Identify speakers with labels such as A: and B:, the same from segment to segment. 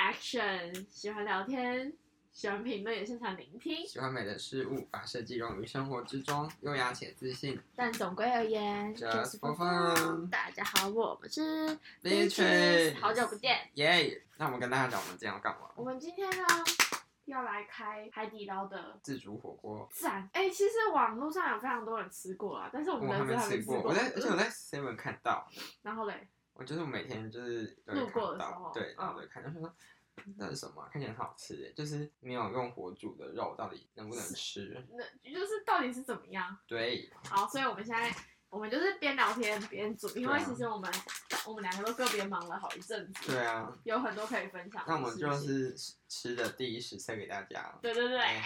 A: action，喜欢聊天，喜欢评论也现场聆听，
B: 喜欢美的事物，把设计融于生活之中，优雅且自信。
A: 但总归而言就
B: Just
A: 是
B: for
A: 不分
B: fun
A: 大家好，我们是
B: Beatrice
A: 好久不见。
B: 耶、那我们跟大家讲，我们今天要干嘛？
A: 我们今天呢要来开海底捞的
B: 自煮火锅，
A: 赞。哎、其实网络上有非常多人吃过啊，但是我
B: 我
A: 们
B: 还
A: 人
B: 没
A: 真的还没
B: 吃
A: 吃过。嗯
B: 过。我在，而且我在 Seven 看到，
A: 然后嘞，
B: 我就是每天就是都
A: 路
B: 会
A: 过
B: 看
A: 的时候
B: 到，对，然后
A: 嗯
B: 就看，就想说那是什么啊、看起来很好吃耶，就是没有用火煮的肉，到底能不能吃？
A: 那就是到底是怎么样？
B: 对，
A: 好，所以我们现在我们就是边聊天边煮，因为
B: 对啊
A: 其实我们、我们两个都个别忙了好一阵子，
B: 对啊，
A: 有很多可以分享的事情。
B: 那我们就是吃的第一实测给大家。
A: 对对对，哎、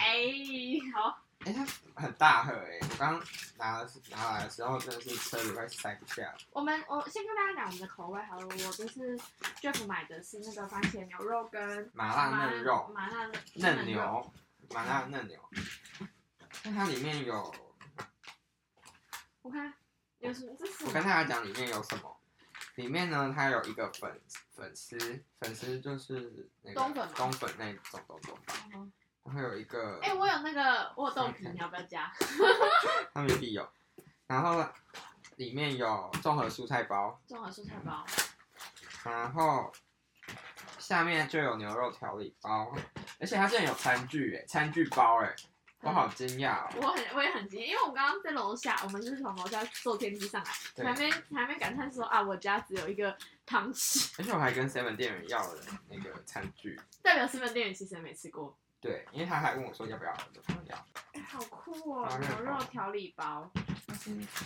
A: 好，
B: 哎、它很大盒哎、我刚拿的是拿来的时候真的是车子快塞不下。
A: 我们我先跟大家讲我们的口味好了，我就是 Jeff 买的是那个番茄牛肉跟
B: 麻辣嫩肉、
A: 麻辣
B: 嫩
A: 肉，
B: 牛、麻辣嫩牛，那它里面有，
A: 我看有什么这是
B: 我跟大家讲里面有什么。里面呢，它有一个粉粉丝，粉丝就是那个
A: 冬粉吗
B: 冬粉那种东东，
A: 嗯
B: 然后有一个，
A: 哎、我有那个我有豆皮，
B: 看看
A: 你要不要加？
B: 他们有必有，然后里面有综合蔬菜包，
A: 综合蔬菜包，
B: 然后下面就有牛肉调理包，而且它竟然有餐具哎，餐具包哎， 我好惊讶哦。
A: 我很我也很惊讶，因为我们刚刚在楼下，我们就是从楼下坐电梯上来，
B: 对
A: 还没还没感叹说啊，我家只有一个汤匙，
B: 而且我还跟 seven 店员要了那个餐具，
A: 代表身份店员其实也没吃过。
B: 对，因为他还问我说要不要，我就说要。
A: 哎、好酷哦
B: 麻辣！面
A: 牛
B: 包
A: 肉调理包，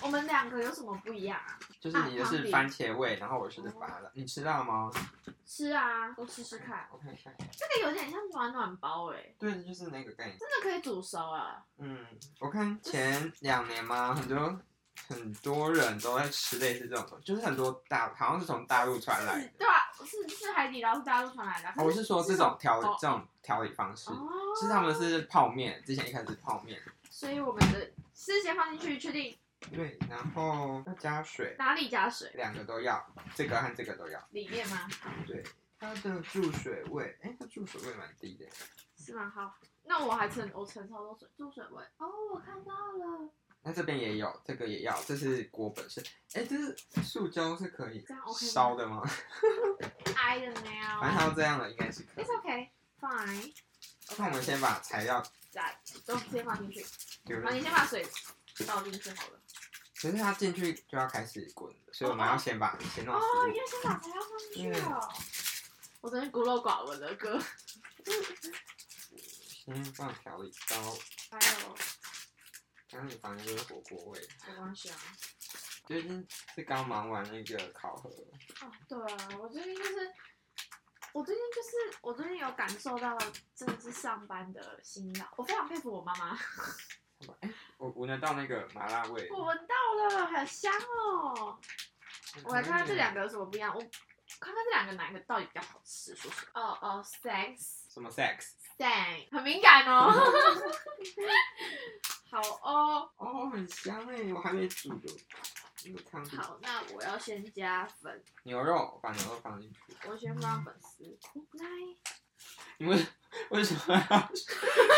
A: 我们两个有什么不一样啊？
B: 就是你的是番茄味，然后我是
A: 哦
B: 麻辣，你吃到吗？
A: 吃啊，都吃吃看。
B: 我看一下，
A: 这个有点像暖暖包哎、
B: 对，就是那个概念。
A: 真的可以煮熟啊。
B: 嗯，我看前两年嘛，很多很多人都在吃类似这种东西，就是很多大好像是从大陆传来
A: 是
B: 的。
A: 对啊，是是海底捞是大陆传来的啊。
B: 哦我是说这种调理
A: 哦
B: 这种调理方式，
A: 哦，
B: 其实他们是泡面，之前一开始是泡面，
A: 所以我们的是先放进去，确定
B: 对，然后要加水，
A: 哪里加水，
B: 两个都要，这个和这个都要。
A: 里面吗？
B: 它的注水位，哎，它注水位蛮低的，
A: 是吗？好，那我还承我承超多水注水位哦，我看到了，
B: 那这边也有，这个也要，这是锅本身，哎，这是塑胶是可以
A: 这样 OK 吗啊
B: 烧的吗？
A: 挨的
B: 反正它
A: now。
B: 要这样的应该是可以
A: It's。okay, fine。
B: 那我们先把材料
A: 再都直接放进去，
B: 丢
A: 然后
B: 进
A: 你
B: 去
A: 先，把水倒进去好了。
B: 可是它进去就要开始滚了，所以我们
A: 哦
B: 要先把先弄
A: 哦，
B: 死。
A: 要先把材料放进去哦。我真是孤陋寡闻的哥。
B: 先放调理包，
A: 还有
B: 刚刚你放的就是火锅味。
A: 没关系啊。
B: 最近是刚忙完那个考核，
A: 哦，对啊，我最近就是，我最近就是，我最近有感受到真的是上班的辛劳，我非常佩服我妈妈，
B: 我闻得到那个麻辣味。
A: 我闻到了，好香哦。我来看看这两
B: 个
A: 个有什么不一样，我看看这两个哪个到底比较好吃。说实话哦哦，thanks
B: 什么 sex？
A: thanks，很敏感 哦。好哦，
B: 哦，很香哎，我还没煮就那个汤底。
A: 好，那我要先加粉，
B: 牛肉，我把牛肉放进去。
A: 我先放粉丝。来，
B: 你为为什么要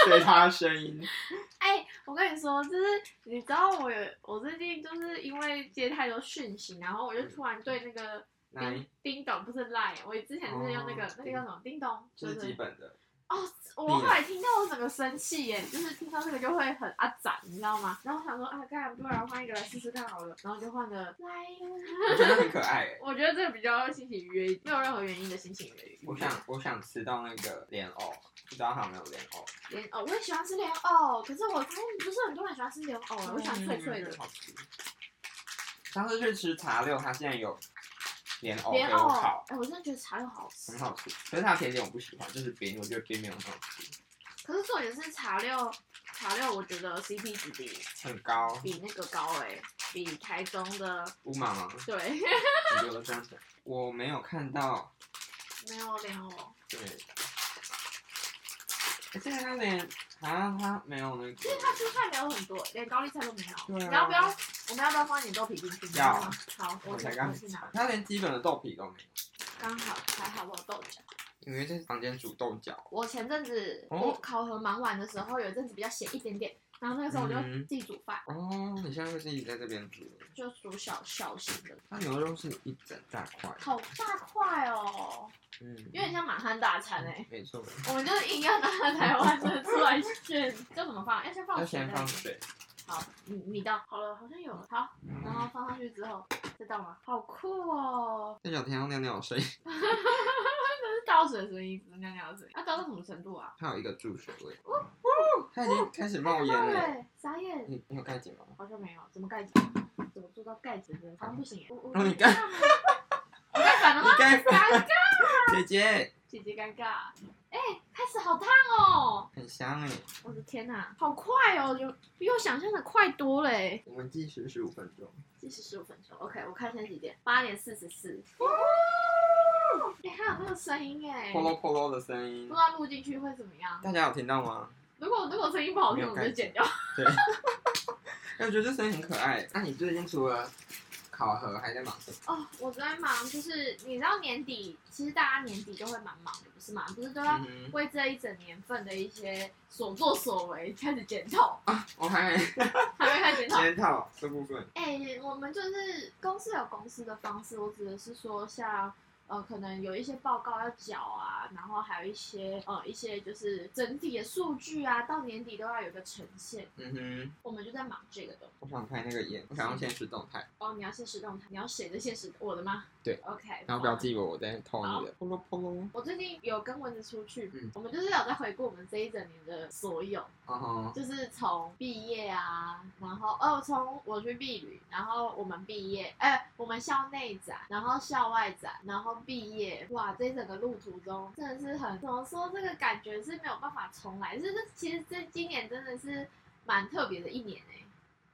B: 对他声音？
A: 哎、我跟你说，就是你知道我有，我最近就是因为接太多讯息，然后我就突然对那个
B: 嗯哪
A: 叮
B: 一
A: 叮咚不是 line，我之前是用那个、
B: 哦
A: 那个叫什么叮咚，
B: 这
A: 就是
B: 基本的。
A: 哦，我后来听到我整个生气耶，就是听到这个就会很啊展，你知道吗？然后我想说啊，干不然换一个来试试看好了，然后就换了来。
B: 我觉得很可爱哎。
A: 我觉得这个比较心情愉悦一点，没有任何原因的心情愉悦。
B: 我想我想吃到那个莲藕，不知道它有没有莲藕。
A: 莲哦藕，我也喜欢吃莲藕，可是我发现不是很多人喜欢吃莲藕，我喜欢
B: 嗯
A: 脆脆的。
B: 好吃。上次去吃茶六，它现在有莲藕
A: 莲
B: 给
A: 藕，
B: 我烤
A: 哎。、我真的觉得茶又好吃
B: 很。好吃，可是它的甜点我不喜欢，就是冰，我觉得冰没有很好吃，
A: 可是重点是茶六，茶六我觉得 CP 值比
B: 很高。
A: 比那个高哎、比台中的
B: 乌马吗？
A: 对
B: 你觉得这样子？我没有看到，
A: 没有莲藕，
B: 对。哎而且它连啊，它没有那
A: 因为它
B: 个，
A: 蔬菜没有很多，连高丽菜都没有。
B: 对啊
A: 你要不要？我们要不要放一点豆皮进去？
B: 要
A: 好，我
B: 我才
A: 去
B: 刚
A: 我去拿，
B: 它连基本的豆皮都没有。
A: 刚好还好我有豆角。
B: 因为在房间煮豆角，
A: 我前阵子
B: 哦
A: 我考核忙完的时候，有一阵子比较闲一点点，然后那个时候我就
B: 嗯
A: 自己煮饭，
B: 哦，你现在会自己在这边煮？
A: 就煮小小型的，
B: 它牛肉是一整大块，
A: 好大块哦，
B: 嗯，
A: 有点像满汉大餐哎、
B: 没错，
A: 我们就是硬要拿台湾的出来炫，要怎么放？要先放
B: 要
A: 水
B: 先
A: 吗
B: 放水，
A: 好，你你倒好了，好像有了。好，然后放上去之后再倒吗？好酷哦！
B: 这小天要尿尿的声音，
A: 这是倒水的声音，不是尿尿的声音。要倒到什么程度啊？
B: 它有一个注水味，
A: 哦
B: 它已经开始冒烟
A: 对，
B: 了。
A: 傻眼，
B: 你你有盖紧吗？
A: 哎好像没有，怎么盖子？怎么做到盖子的？好像不行耶。我我
B: 哦你
A: 我 盖反了
B: 你
A: 吗？
B: 盖
A: 尴尬，
B: 姐姐
A: 姐姐尴尬。哎，开始好烫哦！
B: 很香哎，
A: 我的天哪，好快哦，有比我想象的快多了耶。
B: 我们计时十五分钟，
A: 计时十五分钟，OK，我看现在几点？八点四十四。你还有那个声音耶！
B: 噗噜噗噜的声音
A: 不知，道录进去会怎么样。
B: 大家有听到吗？
A: 如果如果声音不好听，我们就剪掉。
B: 对，哎，我觉得这声音很可爱。那你最近除了考核还在忙什么？
A: 哦，我昨天忙，就是你知道年底，其实大家年底就会蛮忙的，不是吗？不是都要
B: 嗯
A: 为这一整年份的一些所作所为开始检讨，
B: 哼，我还没
A: 还没开始检讨。
B: 检讨这部分。
A: 哎、我们就是公司有公司的方式，我指的是说像。呃，可能有一些报告要缴啊，然后还有一些呃一些就是整体的数据啊，到年底都要有个呈现。
B: 嗯哼，
A: 我们就在忙这个东西。
B: 我想拍那个眼，我想用现实动态，
A: 哦，你要现实动态，你要谁的现实？我的吗？
B: 对
A: ，OK 好。
B: 然后不要记我，我在偷你的。噗噜噗噜。
A: 我最近有跟蚊子出去，
B: 嗯
A: 我们就是有在回顾我们这一整年的所有，
B: 嗯哼，
A: 就是从毕业啊，然后哦，从我去避旅，然后我们毕业，哎、我们校内展，然后校外展，然后毕业，哇，这一整个路途中真的是很怎么说，这个感觉是没有办法重来，就是这其实这今年真的是蛮特别的一年哎、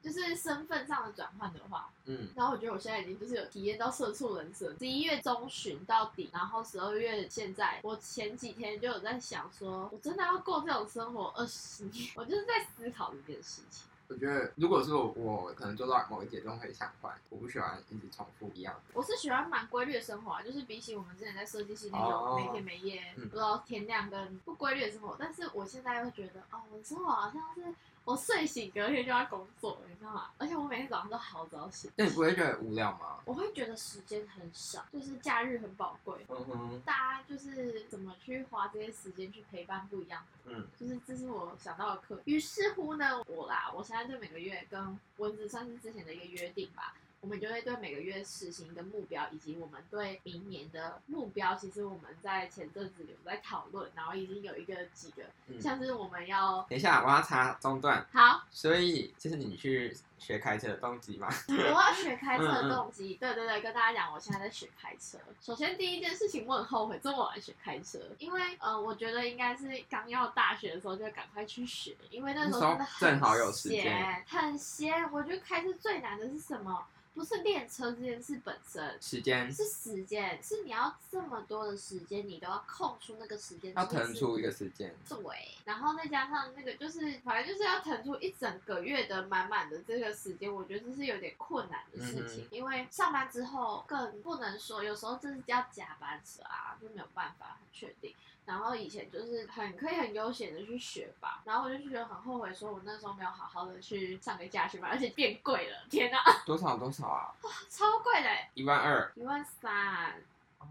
A: 就是身份上的转换的话，
B: 嗯，
A: 然后我觉得我现在已经就是有体验到社畜人生，十一月中旬到底，然后十二月现在，我前几天就有在想说，我真的要过这种生活二十年， 我就是在思考这件事情。
B: 我觉得如果是我，我可能做到某一阶段会想换，我不喜欢一直重复一样的。
A: 我是喜欢蛮规律的生活、啊，就是比起我们之前在设计系那
B: 哦
A: 种每天每夜、
B: 嗯
A: 不知道天亮跟不规律的生活，但是我现在会觉得，哦，我的生活好像是我睡醒隔天就要工作，你知道吗？而且我每天早上都好早醒，
B: 那你不会觉得无聊吗？
A: 我会觉得时间很少，就是假日很宝贵。
B: 嗯哼，
A: 大家就是怎么去花这些时间去陪伴不一样的人，
B: 嗯，
A: 就是这是我想到的课。于是乎呢，我啦，我现在对每个月跟蚊子算是之前的一个约定吧，我们就会对每个月实行的目标，以及我们对明年的目标，其实我们在前阵子有在讨论，然后已经有一个几个，
B: 嗯
A: 像是我们要
B: 等一下，我要查中断。
A: 好，
B: 所以就是你去学开车的动机嘛？
A: 我要学开
B: 嗯
A: 车的动机，对对对，跟大家讲，我现在在学开车。首先第一件事情，我很后悔这么晚学开车，因为呃，我觉得应该是刚要大学的时候就赶快去学，因为那时候真的很
B: 那时候正好有时间
A: 闲，很闲。我觉得开车最难的是什么？不是练车这件事本身。
B: 时间
A: 是时间，是你要这么多的时间，你都要空出那个时间，
B: 要
A: 这件
B: 腾
A: 事
B: 出一个时间，
A: 对，然后再加上那个，就是反正就是要腾出一整个月的满满的这个时间，我觉得这是有点困难的事情，
B: 嗯
A: 因为上班之后更不能说，有时候真是叫加班车啊，就没有办法很确定。然后以前就是很可以很悠闲的去学吧，然后我就觉得很后悔，说我那时候没有好好的去上个驾训班，而且变贵了，天哪，
B: 多少多少啊？
A: 超贵的、
B: 一万二。
A: 一万三。Oh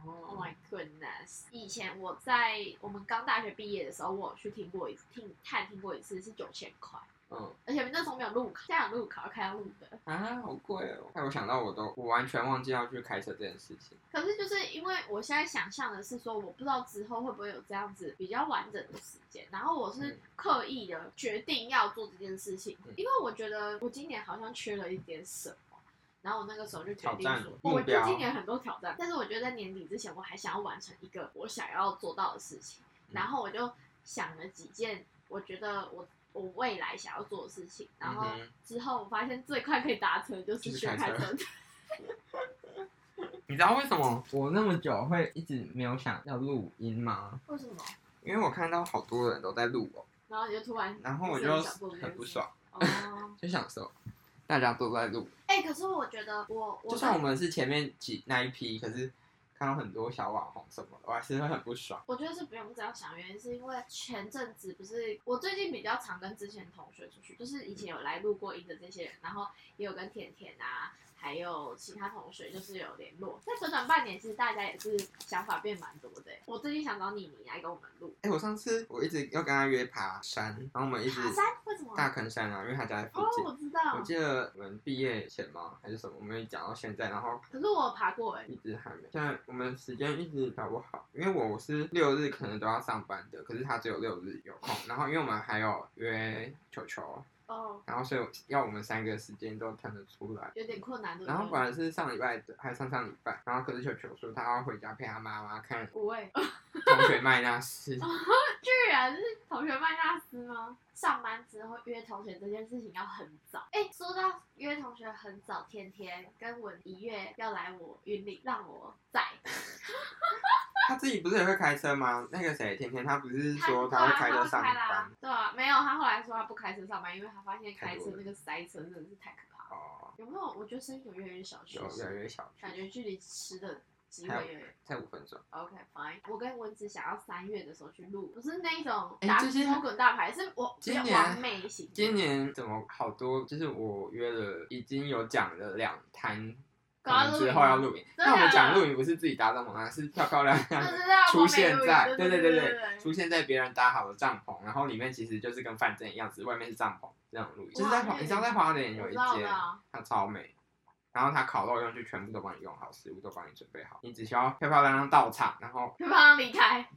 B: 哦，
A: my goodness！以前我在我们刚大学毕业的时候，我有去听过一次，听探听过一次是九千块，
B: 嗯
A: 而且那时候没有路考，现在有路考要开路的。
B: 啊，好贵哦！害我想到我都我完全忘记要去开车这件事情。
A: 可是就是因为我现在想象的是说，我不知道之后会不会有这样子比较完整的时间，然后我是
B: 嗯
A: 刻意的决定要做这件事情
B: 嗯，
A: 因为我觉得我今年好像缺了一点什么。然后我那个时候就决定
B: 挑战
A: 说，
B: 目
A: 我觉得
B: 标
A: 今年很多挑战，但是我觉得在年底之前，我还想要完成一个我想要做到的事情。
B: 嗯
A: 然后我就想了几件我觉得我我未来想要做的事情，然后
B: 嗯哼
A: 之后我发现最快可以达成就是
B: 就是
A: 学
B: 开
A: 开
B: 车
A: 车。
B: 你知道为什么我那么久会一直没有想要录音吗？
A: 为什么？
B: 因为我看到好多人都在录哦，
A: 然后你就突然，
B: 然后我
A: 自
B: 就
A: 己想做这件
B: 很不
A: 事。
B: 爽，
A: 哦，
B: 就想说大家都在录，
A: 哎、可是我觉得我我
B: 就算我们是前面几那一批，可是看到很多小网红什么的，我还是会很不爽。
A: 我觉得是不用这样想，原因是因为前阵子不是我最近比较常跟之前同学出去，就是以前有来录过音的这些人，然后也有跟甜甜啊，还有其他同学就是有联络。在短短半年，其实大家也是想法变蛮多的欸。我最近想找你，你来跟我们录
B: 哎、我上次我一直要跟他约爬山，然后我们一直
A: 爬山，为什么？
B: 大坑山啊，因为他家在附
A: 哦，
B: 近。
A: 我知
B: 我
A: 道，
B: 记得我们毕业前吗，还是什么，我们讲到现在，然后
A: 可是我有爬过哎、
B: 一直还没。现在我们时间一直搞不好，因为我是六日可能都要上班的，可是他只有六日有空。然后因为我们还有约球球，
A: 哦，
B: 然后所以要我们三个时间都腾得出来。
A: 有点困难的。
B: 然后本来是上礼拜的，还上上礼拜，然后可是球球说他要回家陪他妈妈看
A: 五位，
B: 同学麦纳斯，
A: 居然是同学麦纳斯吗？上班之后约同学这件事情要很早。哎、说到约同学很早，天天跟文一月要来我云里，让我在。
B: 他自己不是也会开车吗？那个谁，甜甜他不是说
A: 他
B: 会开车上
A: 他会开啦
B: 班？
A: 对啊，没有，他后来说他不开车上班，因为他发现开车那个塞车真的是太可怕了。
B: 哦，
A: 有没有？我觉得身体有越来越小确
B: 有越来
A: 幸，
B: 越小
A: 感
B: 去，
A: 觉距离吃的机
B: 还有
A: 会越来越。
B: 才五分钟。
A: OK fine，我跟文子想要三月的时候去录，不是那种
B: 哎
A: 打
B: 这些
A: 出滚大牌，是我比较
B: 今年啊
A: 完美型的。
B: 今年怎么好多？就是我约了已经有讲了两摊，可
A: 搞到
B: 能之后要
A: 录影啊
B: 录影。
A: 真的
B: 那我们
A: 假的嗯
B: 讲录影不是自己搭帐篷啊，是漂漂亮 亮
A: 对
B: 的
A: 对对，
B: 出现在，
A: 对
B: 对对
A: 对
B: 对，出现在别人搭好的帐篷，然后里面其实就是跟饭店一样，只是外面是帐篷这样录影。就是在
A: 哇
B: 华，你知道在华联
A: 我
B: 有一
A: 知道
B: 间，
A: 了，
B: 它超美。然后它烤肉用具全部都帮你用好，食物都帮你准备好，你只需要漂漂亮亮到场，然后
A: 就帮他离开。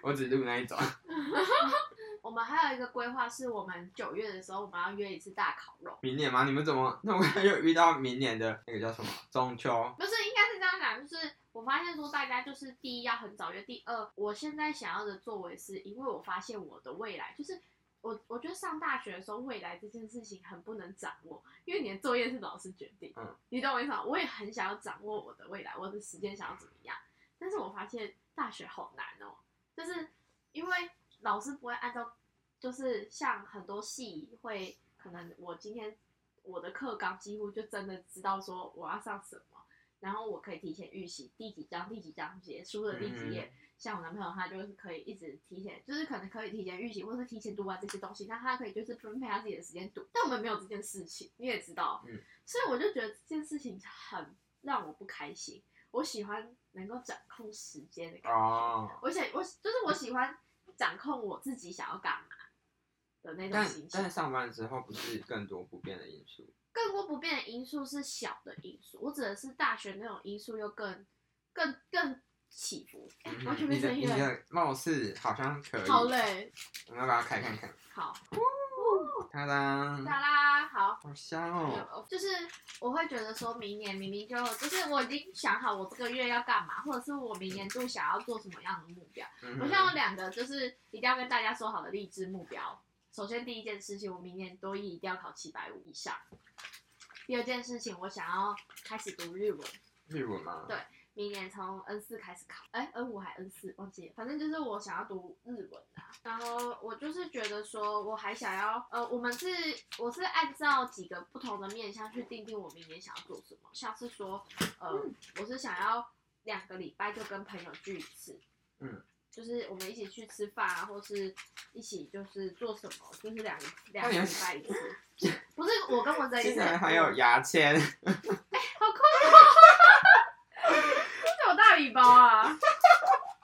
B: 我只录那一种。
A: 我们还有一个规划是，我们九月的时候我们要约一次大烤肉，
B: 明年吗？你们怎 么？那我又遇到明年的那个叫什么中秋？
A: 不是应该是这样讲，就是我发现说大家就是第一要很早约，第二我现在想要的作为是，因为我发现我的未来就是。我我觉得上大学的时候，未来这件事情很不能掌握，因为你的作业是老师决定。
B: 嗯，
A: 你懂我意思吗？我也很想要掌握我的未来，我的时间想要怎么样，但是我发现大学好难哦，就是因为老师不会按照，就是像很多系会，可能我今天我的课纲几乎就真的知道说我要上什么，然后我可以提前预习第几章、第几章节书的第几页。像我男朋友他就是可以一直提前，就是可能可以提前预习，或是提前读完这些东西，那他可以就是分配他自己的时间读。但我们没有这件事情，你也知道，
B: 嗯
A: 所以我就觉得这件事情很让我不开心。我喜欢能够掌控时间的感觉。
B: 哦，
A: 我想我就是我喜欢掌控我自己想要干嘛的那种
B: 但
A: 心
B: 但
A: 情。
B: 上班之后不是更多不变的因素？
A: 更多不变的因素是小的因素，我指的是大学那种因素又更更更起伏，哎完全
B: 嗯你
A: 没
B: 的
A: 声
B: 你
A: 音了，
B: 的貌似好像可以，
A: 好累，
B: 我们要把它开看看。
A: 好，
B: 哒当，
A: 哒啦，好。
B: 好香嗯哦！
A: 就是我会觉得说明年明明就就是我已经想好我这个月要干嘛，或者是我明年度想要做什么样的目标。
B: 嗯
A: 我现在有两个就是一定要跟大家说好的励志目标。首先第一件事情，我明年多一一定要考七百五以上。第二件事情，我想要开始读日文，
B: 日文吗？
A: 对明年从 N 四开始考，哎，N 五还 N 四忘记了，反正就是我想要读日文啊。然后我就是觉得说，我还想要，呃，我们是我是按照几个不同的面向去定定我明年想要做什么，像是说，呃，
B: 嗯
A: 我是想要两个礼拜就跟朋友聚一次，
B: 嗯，
A: 就是我们一起去吃饭啊，或是一起就是做什么，就是两个两
B: 那
A: 个
B: 你
A: 礼拜一次。 不是我跟我在一
B: 竟
A: 起，
B: 然还有牙签，
A: 好酷哦！这种大礼包啊，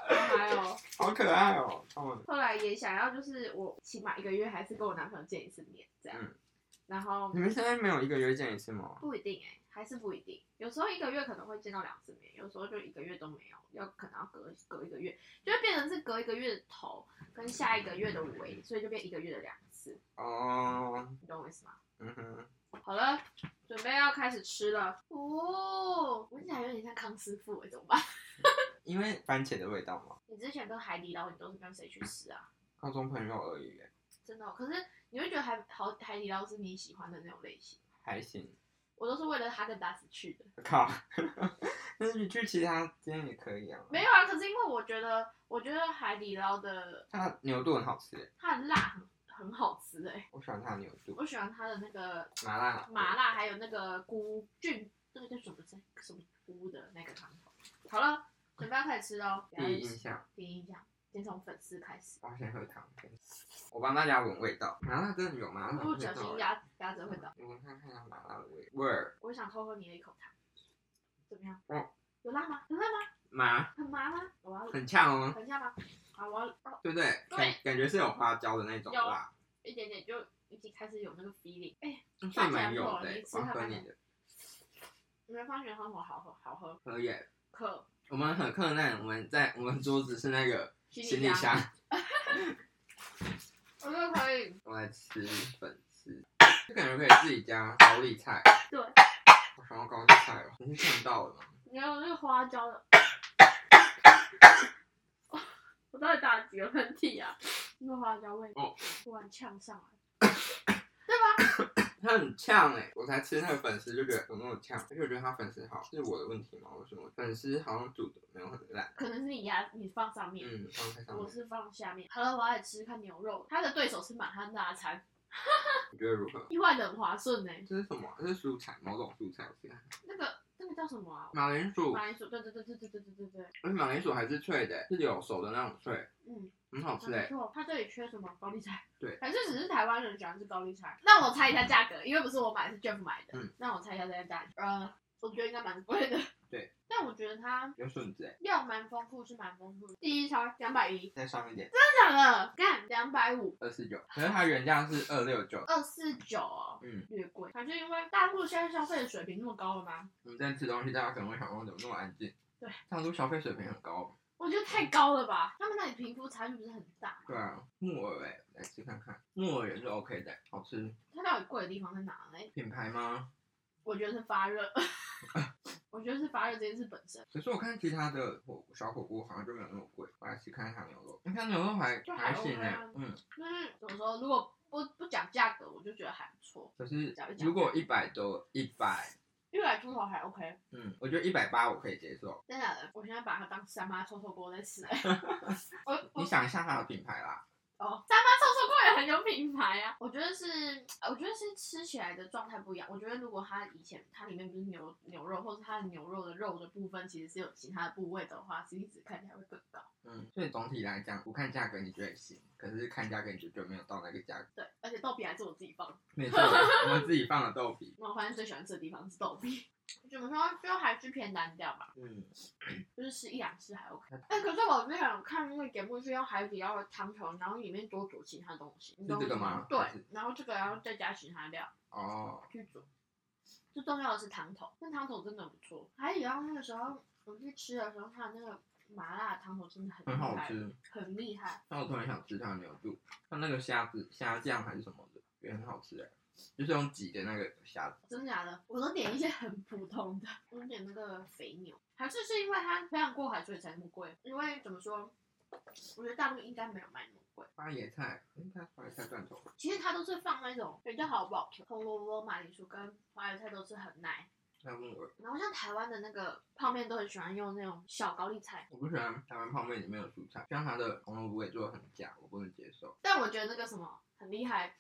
A: 还有
B: 好可爱哦！哦，
A: 后来也想要，就是我起码一个月还是跟我男朋友见一次面这样，
B: 嗯
A: 然后
B: 你们现在没有一个月见一次吗？
A: 不一定哎、还是不一定，有时候一个月可能会见到两次面，有时候就一个月都没有，要可能要隔隔一个月，就会变成是隔一个月的头跟下一个月的尾，所以就变一个月的两次，
B: 哦，
A: 你懂我意思吗？
B: 嗯哼，
A: 好了，准备要开始吃了哦，闻起来有点像康师傅哎、怎么办？
B: 因为番茄的味道嘛，
A: 你之前跟海底捞，你都是跟谁去吃啊？
B: 高中朋友而已耶，
A: 真的哦、可是你会觉得海好海底捞是你喜欢的那种类型？
B: 还行。
A: 我都是为了哈根达斯去的。
B: 靠， 但是你去其他间也可以啊。
A: 没有啊，可是因为我觉得，我觉得海底捞的
B: 它牛肚很好吃耶，
A: 它的辣很很好吃哎、
B: 我喜欢它的牛肚，
A: 我喜欢它的那个
B: 麻辣
A: 麻辣，还有那个菇菌，那个叫什么在什么菇的那个汤头，好了，准备要开始吃喽。
B: 第一印象，
A: 第一印象，先从粉丝开始，
B: 我要先喝汤。我帮大家闻味道，麻辣真的有麻辣的
A: 不
B: 味
A: 小
B: 道
A: 心
B: 欸。
A: 压压着会倒。
B: 你闻看看有麻辣的味味儿
A: 我想偷喝你的一口汤，怎么样？
B: 嗯
A: 有辣吗？有辣吗？
B: 麻，
A: 很麻吗？我要
B: 很呛哦，
A: 等一下吗？好，我要、哦、
B: 对不对？
A: 对
B: 感感觉是有花椒的那种
A: 有
B: 辣，
A: 一点点就已经开始有那个 feeling。哎、
B: 嗯算蛮有
A: 看起
B: 的
A: 来不
B: 欸。
A: 错你
B: 我
A: 吃看
B: 要
A: 看
B: 喝你的，
A: 你们发觉很火好喝，好喝。
B: 可以欸。
A: 可
B: 我们很困难，我们在我们桌子是那个行
A: 行
B: 李
A: 李
B: 箱
A: 箱，，我觉得可以。
B: 我来吃粉丝，就感觉可以自己加高丽菜。
A: 对，
B: 我想要高丽菜哦，你是看到了吗？
A: 你有那个花椒的。我到底打了几个喷嚏啊？那个花椒味
B: 哦
A: 突然呛上来，
B: 它很呛哎、我才吃那个粉丝就觉得有那么呛，而且我觉得它粉丝好是我的问题吗？为什么粉丝好像煮的没有很烂？
A: 可能是你压你放上面，
B: 嗯，放在上
A: 我
B: 面，
A: 是放下面。好了，我要来吃看牛肉，它的对手是满汉大餐，
B: 你觉得如何？
A: 意外的很滑顺呢、
B: 这是什么啊、这是蔬菜，某种蔬菜，我记得
A: 那个那个叫什么啊？
B: 马铃薯，
A: 马铃薯，对对对对对对对对对，
B: 而且马铃薯还是脆的欸、是有熟的那种脆，
A: 嗯，
B: 很好吃哎、
A: 没错。它这里缺什么高丽菜？
B: 对
A: 还是只是台湾人喜欢吃高丽菜？那我猜一下价格，因为不是我买，是 Jeff 买的。
B: 嗯，
A: 那我猜一下这个价格，呃，我觉得应该蛮贵的。
B: 对，
A: 但我觉得它
B: 有笋子、欸，
A: 料蛮丰富，是蛮丰富的。第一餐两百一，
B: 再上一点，
A: 真的假的？干两百五，
B: 二四九，可是它原价是二六九，
A: 二四九哦，
B: 嗯，
A: 略贵。还是因为大陆现在消费的水平那么高了吗？
B: 我们在吃东西，大家可能会想说怎么那么安静？
A: 对，
B: 大陆消费水平很高。
A: 我觉得太高了吧？他们那里贫富差距不是很大吗？
B: 对啊，木耳哎、来吃看看，木耳也是 OK 的、好吃。
A: 它到底贵的地方在哪呢？哎
B: 品牌吗？
A: 我觉得是发热，
B: 嗯
A: 我觉得是发热这件事本身
B: 可是我看其他的火小火锅好像就没有那么贵。我来吃看它牛肉，你看牛肉还
A: 就还
B: 行
A: OK
B: 哎、
A: 啊
B: 嗯。
A: 就是怎么说，如果不不讲价格，我就觉得还不错，
B: 可是
A: 讲一讲
B: 如果一百多，一百，
A: 一百出头还 OK。
B: 嗯，我觉得一百八我可以接受。
A: 真的，我现在把它当三妈臭臭锅在吃、欸 我我
B: 你想一下它的品牌啦，
A: 哦，三妈臭臭锅也很有品牌啊。我觉得是，呃我觉得是吃起来的状态不一样。我觉得如果它以前它里面不是牛牛肉，或者它的牛肉的肉的部分其实是有其他的部位的话，CP 值看起来会更高。
B: 嗯，所以总体来讲，不看价格你觉得行，可是看价格你就觉得没有到那个价格。
A: 对，而且豆皮还是我自己放的。
B: 没错，我们自己放的豆皮，
A: 那我发现最喜欢吃的地方是豆皮。怎么说，就还是偏单调吧，
B: 嗯，
A: 就是吃一两次还 OK。哎、可是我之前有看那个节目是用海底捞的汤头，然后里面多煮其他东西，你懂
B: 是这
A: 我意
B: 个
A: 思
B: 吗还是
A: 对，然后这个然后再加其他料
B: 哦，
A: 去煮。最重要的是汤头，那汤头真的不错。海底捞那个时候我去吃的时候，它的那个麻辣汤头真的很
B: 很
A: 厉
B: 好
A: 害，
B: 吃。
A: 很厉害。
B: 但我突然想吃它的牛肚，它那个虾子虾酱还是什么的，也很好吃哎、就是用挤的那个虾子。
A: 真的假的？我都点一些很普通的，我点那个肥牛，还是是因为它漂洋过海所以才那么贵？因为怎么说，我觉得大陆应该没有卖那么贵。
B: 花椰菜，嗯应该花椰菜断头。
A: 其实它都是放那种比较好不好吃，红萝卜、马铃薯跟花椰菜都是很奶。
B: 还有木耳，
A: 然后像台湾的那个泡面都很喜欢用那种小高丽菜，
B: 我不喜欢台湾泡面里面有蔬菜，像它的红萝卜也做的很假，我不能接受。
A: 但我觉得那个什么很厉害，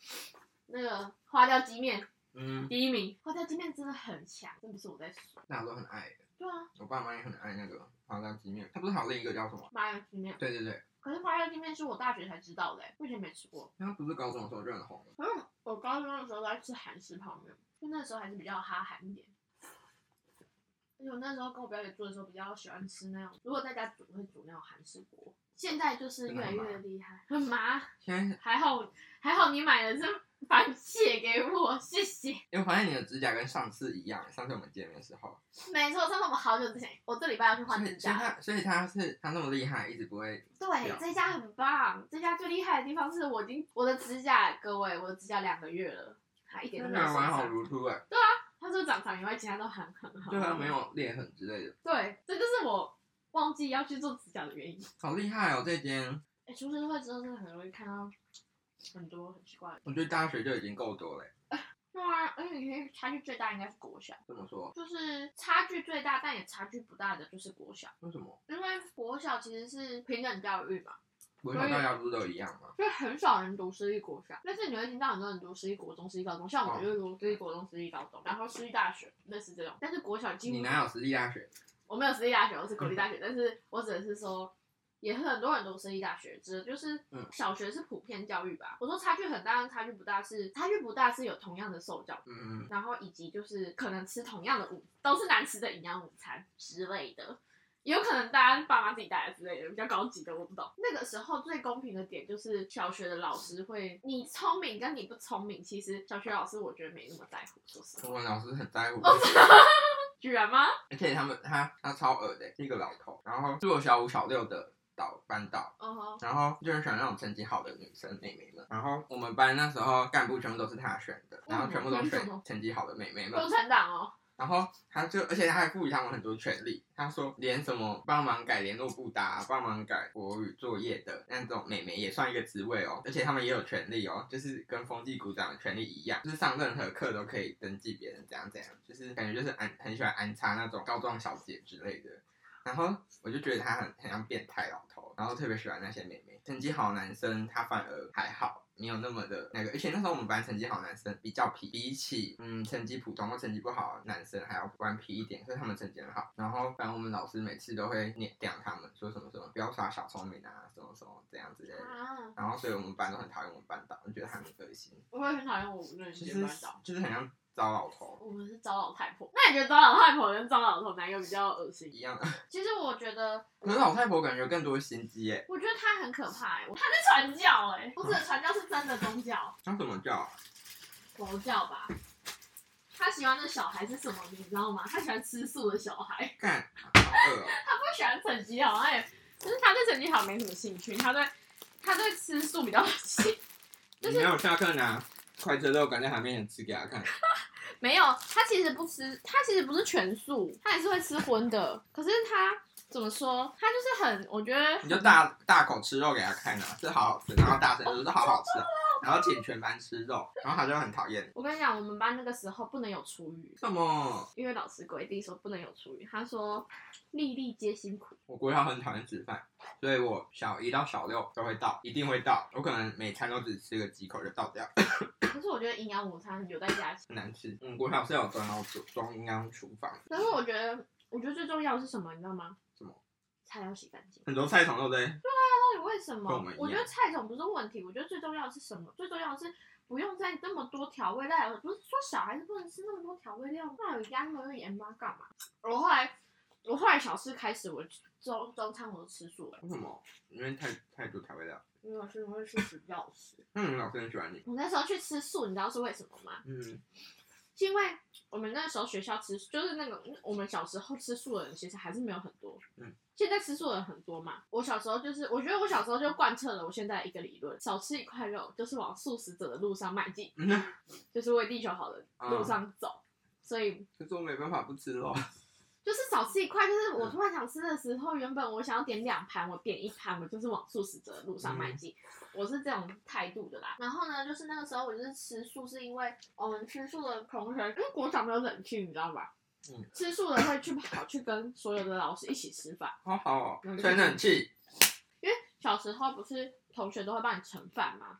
A: 那个花椒鸡面
B: 嗯，
A: 第一名，花椒鸡面真的很强，真不是我在说。
B: 大家都很爱，
A: 对啊，
B: 我爸妈也很爱那个花椒鸡面，它不是还有另一个叫什么？
A: 麻油鸡面，
B: 对对对，
A: 可是花椒鸡面是我大学才知道的、欸，我以前没吃过。
B: 它不是高中的时候就很红了。
A: 可是我高中的时候都在吃韩式泡面，就那时候还是比较哈韩一点。而且我那时候跟我表姐住的时候，比较喜欢吃那种，如果在家煮会煮那种韩式锅。现在就是越来越厉害，很 麻。
B: 现在，
A: 还好还好你买的是番茄给我，谢谢。
B: 因为我发现你的指甲跟上次一样，上次我们见面的时候，
A: 没错，上次我们好久之前，我这礼拜要去
B: 所
A: 换指
B: 以所以
A: 甲了。
B: 它所以它是它那么厉害，一直不会
A: 对，这家很棒，这家最厉害的地方是我已经我的指甲，各位，我的指甲两个月了，它一点都没有
B: 那
A: 受
B: 完好
A: 伤。
B: 如初哎、
A: 它说长长以外，其他都很很好。
B: 对啊，没有裂痕之类的，
A: 对，这就是我忘记要去做指甲的原因。
B: 好厉害哦！这间
A: 哎、出社会之后真的很容易看到很多很奇怪的。
B: 我觉得大学就已经够多了欸。
A: 对啊，而且你看差距最大应该是国小，
B: 这么说，
A: 就是差距最大但也差距不大的就是国小，
B: 为什么
A: 因为国小其实是平等教育嘛，
B: 国小大家不是都一样吗？
A: 所以很少人读私立国小，但是你会听到很多人读私立国中、私立高中，像我就是读私立国中、私立高中，然后私立大学类似这种，但是国小几
B: 你
A: 乎
B: 哪有私立大学？
A: 我没有私立大学，我是国立大学，但是我只是说，也很多人都私立大学，只就是
B: 嗯
A: 小学是普遍教育吧。我说差距很大，跟差距不大是差距不大是有同样的受教，
B: 嗯嗯，
A: 然后以及就是可能吃同样的午，都是难吃的营养午餐之类的。也有可能大家爸妈自己带来之类的，比较高级的我不懂。那个时候最公平的点就是小学的老师会，你聪明跟你不聪明，其实小学老师我觉得没那么在乎，说实
B: 国
A: 话。
B: 文老师很在乎，
A: 哦居然吗？
B: 而且他们他他超恶的、欸是一个老头，然后是我小五小六的导班导，
A: 嗯哼，
B: 然后就很喜欢那种成绩好的女生妹妹们。然后我们班那时候干部全部都是他选的，然后全部都
A: 嗯为
B: 选
A: 什么
B: 成绩好的妹妹们
A: 共。产党哦，
B: 然后他就，而且他还赋予他们很多权利。他说，连什么帮忙改联络簿的啊、帮忙改国语作业的那种妹妹也算一个职位哦，而且他们也有权利哦，就是跟风纪股长的权利一样，就是上任何课都可以登记别人怎样怎样，就是感觉就是安很喜欢安插那种告状小姐之类的。然后我就觉得他很很像变态老头，然后特别喜欢那些妹妹。成绩好的男生他反而还好，没有那么的那个。而且那时候我们班成绩好的男生比较皮，比起嗯成绩普通或成绩不好的男生还要顽皮一点，所以他们成绩很好。然后反正我们老师每次都会念掉他们，说什么什么不要耍小聪明啊，什么什么这样之类的。
A: 啊，
B: 然后所以我们班都很讨厌我们班导，我觉得他很恶心，
A: 我也很讨厌我们那
B: 就
A: 些
B: 是
A: 班长。
B: 就是很像糟老头
A: 我们是糟老太婆，那你觉得糟老太婆跟糟老头哪一个比较恶心？
B: 一样。
A: 其实我觉得，
B: 可是老太婆感觉更多心机耶，
A: 我觉得她很可怕、欸，她是传教哎、我指的传教是真的宗教，
B: 那怎么叫啊？
A: 佛教吧。她喜欢的小孩是什么，你知道吗？她喜欢吃素的小孩，
B: 干，好恶哦、
A: 她不喜欢成绩好，她也，就是她对成绩好没什么兴趣，她对，她对吃素比较有兴趣 就
B: 你
A: 是
B: 没有下课拿快车肉赶在他面前吃给他看，
A: 没有，他其实不吃，他其实不是全素，他也是会吃荤的。可是他怎么说？他就是很，我觉得
B: 你就大大口吃肉给他看啊，是好好吃，然后大声就说是好好吃啊，然后请全班吃肉，然后他就很讨厌。
A: 我跟你讲，我们班那个时候不能有厨余，
B: 什么？
A: 因为老师规定说不能有厨余。他说粒粒皆辛苦，
B: 我国小很讨厌吃饭，所以我小一到小六都会到，一定会到。我可能每餐都只吃个几口就倒掉，
A: 可是我觉得营养午餐有待加强。
B: 很难吃。嗯，国小是有中央厨中央厨房，
A: 但是我觉得，我觉得最重要的是什么，你知道吗？
B: 什么？
A: 菜要洗干净。
B: 很多菜虫都在。
A: 到底为什
B: 跟我
A: 么
B: 们一？样
A: 我觉得菜种不是问题，我觉得最重要的是什么？最重要的是不用再那么多调味料。不是说小孩子不能吃那么多调味料，那有加那么多盐巴干嘛？我后来，我后来小事开始，我中中餐我都吃素了，
B: 为什么？因为太太多调味料。
A: 因为我是因为素食比较好吃。
B: 那你们老师很喜欢你？
A: 我那时候去吃素，你知道是为什么吗？
B: 嗯，
A: 是因为我们那时候学校吃，就是那个我们小时候吃素的人其实还是没有很多，
B: 嗯，
A: 现在吃素的人很多嘛。我小时候就是，我觉得我小时候就贯彻了我现在一个理论，少吃一块肉，就是往素食者的路上迈进，
B: 嗯
A: 就是为地球好的路上走。所以
B: 可是我没办法不吃肉。
A: 就是少吃一块，就是我突然想吃的时候，原本我想要点两盘，我点一盘，我就是往素食者的路上迈进，我是这种态度的啦。然后呢，就是那个时候我就是吃素，是因为哦我们吃素的同学，因为国小没有冷气，你知道吧？
B: 嗯
A: 吃素的会去跑去跟所有的老师一起吃饭。
B: 好好哦
A: 那，就
B: 吹冷气。
A: 小时候不是同学都会帮你盛饭吗？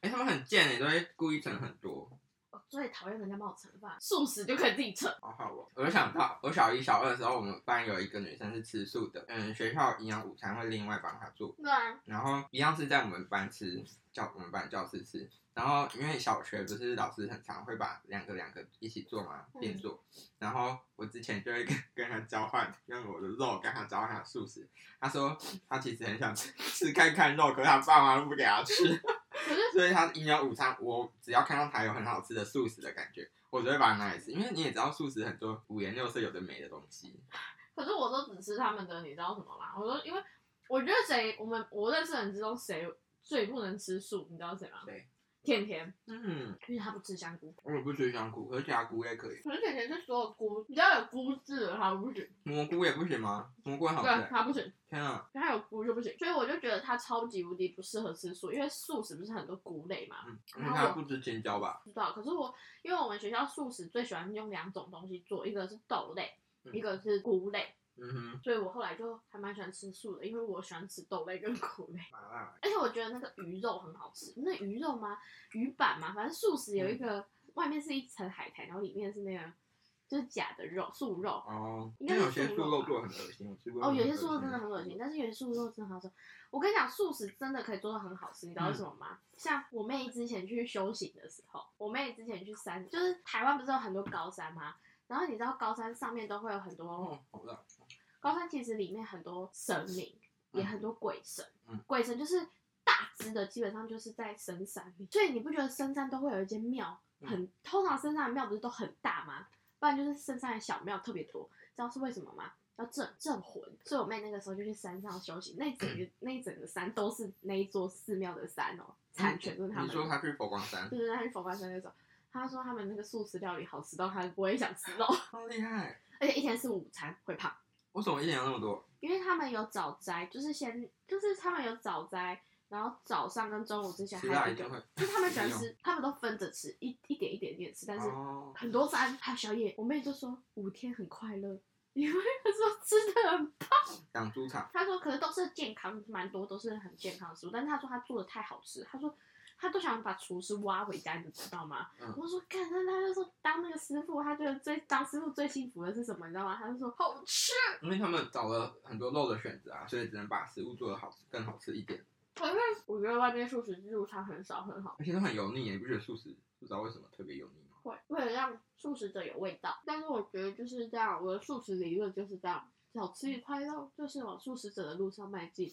B: 哎、他们很贱哎，都会故意盛很多。
A: 我哦最讨厌人家帮我盛饭，素食就可以自己盛。
B: 好好哦，我就想到我小一、小二的时候，我们班有一个女生是吃素的，嗯，学校营养午餐会另外帮她做，
A: 对啊，
B: 然后一样是在我们班吃，教我们班教室吃。然后因为小学不是老师很常会把两个两个一起做嘛，
A: 嗯
B: 变做。然后我之前就会跟跟他交换，用我的肉跟他交换他的素食。他说他其实很想吃吃看看肉，可是他爸妈都不给他吃。所以他营养午餐，我只要看到他有很好吃的素食的感觉，我就会把它拿来吃。因为你也知道素食很多五颜六色、有的没的东西。
A: 可是我都只吃他们的，你知道什么吗？我说，因为我觉得谁，我们我认识的人之中谁最不能吃素，你知道谁吗？
B: 谁？
A: 甜甜，
B: 嗯，
A: 因为他不吃香菇。
B: 我不吃香菇，可是其他菇也可以。
A: 可是甜甜是所有菇，只要有菇字的他不行，
B: 蘑菇也不行吗？蘑菇很好吃
A: 对
B: 欸。
A: 他不行，
B: 天啊！
A: 他有菇就不行。所以我就觉得他超级无敌不适合吃素，因为素食不是很多菇类嘛。
B: 嗯，
A: 啊然后
B: 他
A: 我
B: 不吃青椒吧？
A: 不知道，可是我因为我们学校素食最喜欢用两种东西做，一个是豆类，
B: 嗯
A: 一个是菇类，
B: 嗯
A: 所以我后来就还蛮喜欢吃素的，因为我喜欢吃豆类跟菇类。
B: 哼，麻辣。
A: 而且我觉得那个鱼肉很好吃，那鱼肉吗？鱼板嘛，反正素食有一个、外面是一层海苔，然后里面是那个就是假的肉，素肉。
B: 哦，
A: 应
B: 因
A: 该
B: 为
A: 是
B: 有些
A: 素
B: 素
A: 肉
B: 肉
A: 吧
B: 做的很恶心，我吃过。
A: 哦，有些素肉真的很恶心，但是有些素肉真的好吃。我跟你讲，素食真的可以做到很好吃，你知道为什么吗？像我妹之前去修行的时候，我妹之前去山，就是台湾不是有很多高山吗？然后你知道高山上面都会有很多，
B: 哦，好了，
A: 高山其实里面很多神明，
B: 嗯
A: 也很多鬼神。
B: 嗯
A: 鬼神就是大只的，基本上就是在深山里，所以你不觉得深山都会有一间庙？
B: 嗯
A: 很通常深山的庙不是都很大吗？不然就是深山的小庙特别多，知道是为什么吗？要镇镇魂，所以我妹那个时候就去山上修行，那一整 个那一整个山都是那一座寺庙的山哦，产权都是他们
B: 你
A: 的。
B: 说他去佛光山，
A: 就是她去佛光山那种，她说他们那个素食料理好吃到她不会想吃肉，
B: 好厉害！
A: 而且一天吃午餐会胖。
B: 为什么一点有那么多？
A: 因为他们有早斋，就是先就是他们有早斋，然后早上跟中午之前
B: 吃
A: 还
B: 到
A: 有
B: 一
A: 一
B: 定会
A: 个，就是他们喜欢
B: 没
A: 吃，他们都分着吃，一一点一点一点吃，但是
B: 哦，
A: 很多餐还有宵夜。我妹就说五天很快乐，因为她说吃的很，
B: 养猪场，
A: 她说可是都是健康，蛮多都是很健康的食物，但是她说她做的太好吃，她说。她都想把厨师挖回家，你知道吗？
B: 嗯
A: 我说，看，那她就说当那个师傅，她觉得最当师傅最幸福的是什么，你知道吗？她就说好吃，
B: 因为他们找了很多肉的选择啊，所以只能把食物做的好吃，更好吃一点，
A: 反正哦我觉得外面素食自助餐很少很好，
B: 而且都很油腻耶，你不觉得素食不知道为什么特别油腻吗？
A: 会为了让素食者有味道。但是我觉得就是这样，我的素食理论就是这样，少吃与快乐就是往素食者的路上迈进。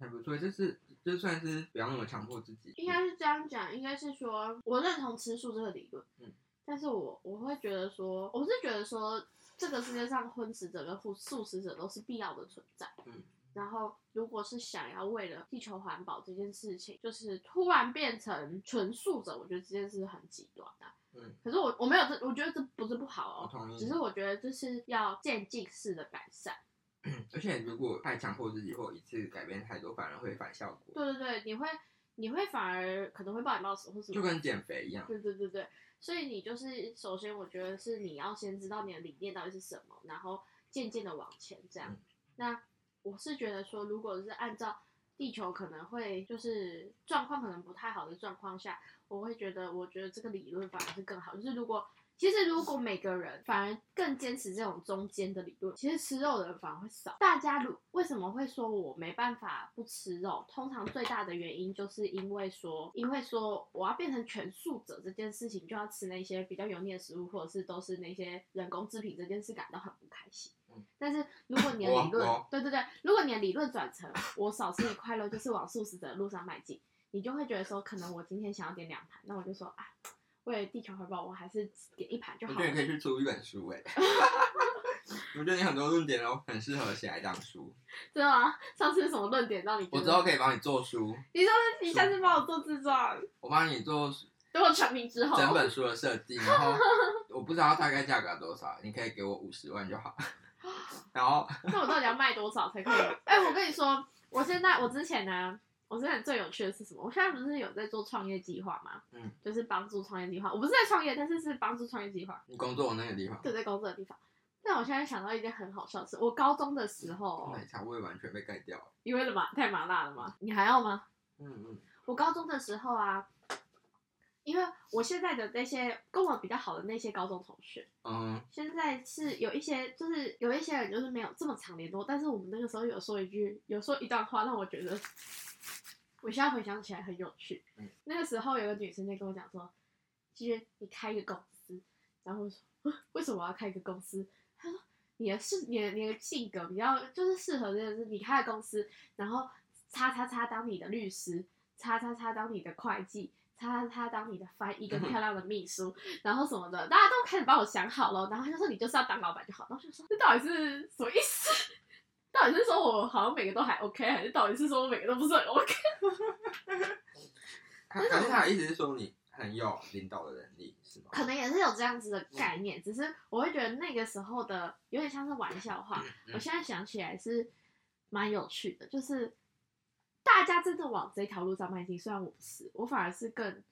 B: 还哎不错，就是就算是不要那么强迫自己，
A: 应该是这样讲，应该是说我认同吃素这个理论，
B: 嗯
A: 但是我我会觉得说，我是觉得说这个世界上荤食者跟素素食者都是必要的存在，
B: 嗯
A: 然后如果是想要为了地球环保这件事情，就是突然变成纯素者，我觉得这件事很极端啊的、
B: 嗯，
A: 可是我我没有这，我觉得这不是不好
B: 我
A: 哦，
B: 同意。
A: 只是我觉得这是要渐进式的改善。
B: 而且如果太强迫自己或一次改变太多，反而会反效果，
A: 对对对，你会你会反而可能会暴饮暴食或什么，
B: 就跟减肥一样。
A: 对对对对，所以你就是首先，我觉得是你要先知道你的理念到底是什么，然后渐渐的往前这样。
B: 嗯
A: 那我是觉得说，如果是按照地球可能会就是状况可能不太好的状况下，我会觉得，我觉得这个理论反而是更好。就是如果其实如果每个人反而更坚持这种中间的理论，其实吃肉的人反而会少。大家如为什么会说我没办法不吃肉？通常最大的原因就是因为说，因为说我要变成全素者这件事情，就要吃那些比较油腻的食物，或者是都是那些人工制品，这件事感到很不开心
B: 嗯。
A: 但是如果你的理论
B: 我我，
A: 对对对，如果你的理论转成我少吃的快乐就是往素食者的路上迈进，你就会觉得说，可能我今天想要点两盘，那我就说啊，为了地球环保，我还是点一盘就
B: 我
A: 好
B: 觉得你
A: 了。
B: 可以去出一本书 哎、我觉得你很多论点都很适合写来当书，
A: 真的吗？ 上次是什么论点让你觉得？
B: 我之后可以帮你做书，
A: 你说你下次帮我做自传，
B: 我帮你做
A: 等我成名之后，
B: 整本书的设计，然 后我不知道大概价格多少，你可以给我五十万就 好。然后
A: 那我到底要卖多少才可以？哎、我跟你说，我现在我之前呢、我之前最有趣的是什么？我现在不是有在做创业计划吗？
B: 嗯，
A: 就是帮助创业计划。我不是在创业，但是是帮助创业计划，
B: 你工作的那个地方，
A: 对，在工作的地方。但我现在想到一件很好笑的事，我高中的时候，
B: 奶茶味完全被盖掉了。
A: 因为了麻太麻辣了嘛，你还要吗？
B: 嗯嗯，
A: 我高中的时候啊，因为我现在的那些跟我比较好的那些高中同学，
B: 嗯，
A: 现在是有一些，就是有一些人就是没有这么常联络，但是我们那个时候有说一句，有说一段话，让我觉得我现在回想起来很有趣。
B: 嗯
A: 那个时候有个女生在跟我讲说，其实你开一个公司，然后我说啊为什么我要开一个公司？她说你的是你的你的性格比较就是适合这件事，你开了公司，然后叉叉叉当你的律师，叉叉叉当你的会计。叉叉叉当你的翻译跟漂亮的秘书，然后什么的，大家都开始帮我想好了，然后他就说你就是要当老板就好，然后我就说这到底是什么意思？ 到底是说我好像每个都还 OK，还是到底是说我每个都不是很 OK？
B: 他可是他的意思是说你很有领导的能力是吗？
A: 可能也是有这样子的概念，只是我会觉得那个时候的有点像是玩笑话，
B: 嗯
A: 我现在想起来是蛮有趣的，就是大家真的往这条路上迈进，虽然我不是，我反而是更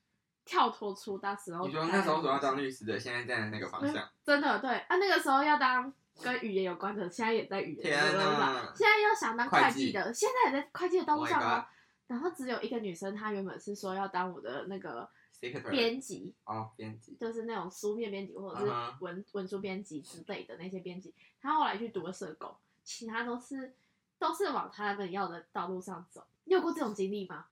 A: 跳脱出那时候
B: 你说
A: 大家
B: 那时候所要当律师的，现在站在那个方向，
A: 真的对啊，那个时候要当跟语言有关的，现在也在语言的路
B: 天啊
A: 上
B: 哪；
A: 现在又想当会计的，现在也在会计的道路上
B: Oh my
A: 哦
B: god。
A: 然后只有一个女生，她原本是说要当我的那个
B: secretary
A: 编辑，
B: 哦，编辑，
A: 就是那种书面编辑或者是
B: 嗯哼
A: 文、文书编辑之类的那些编辑，他后来去读了社工，其他都是都是往他们要的道路上走。你有过这种经历吗？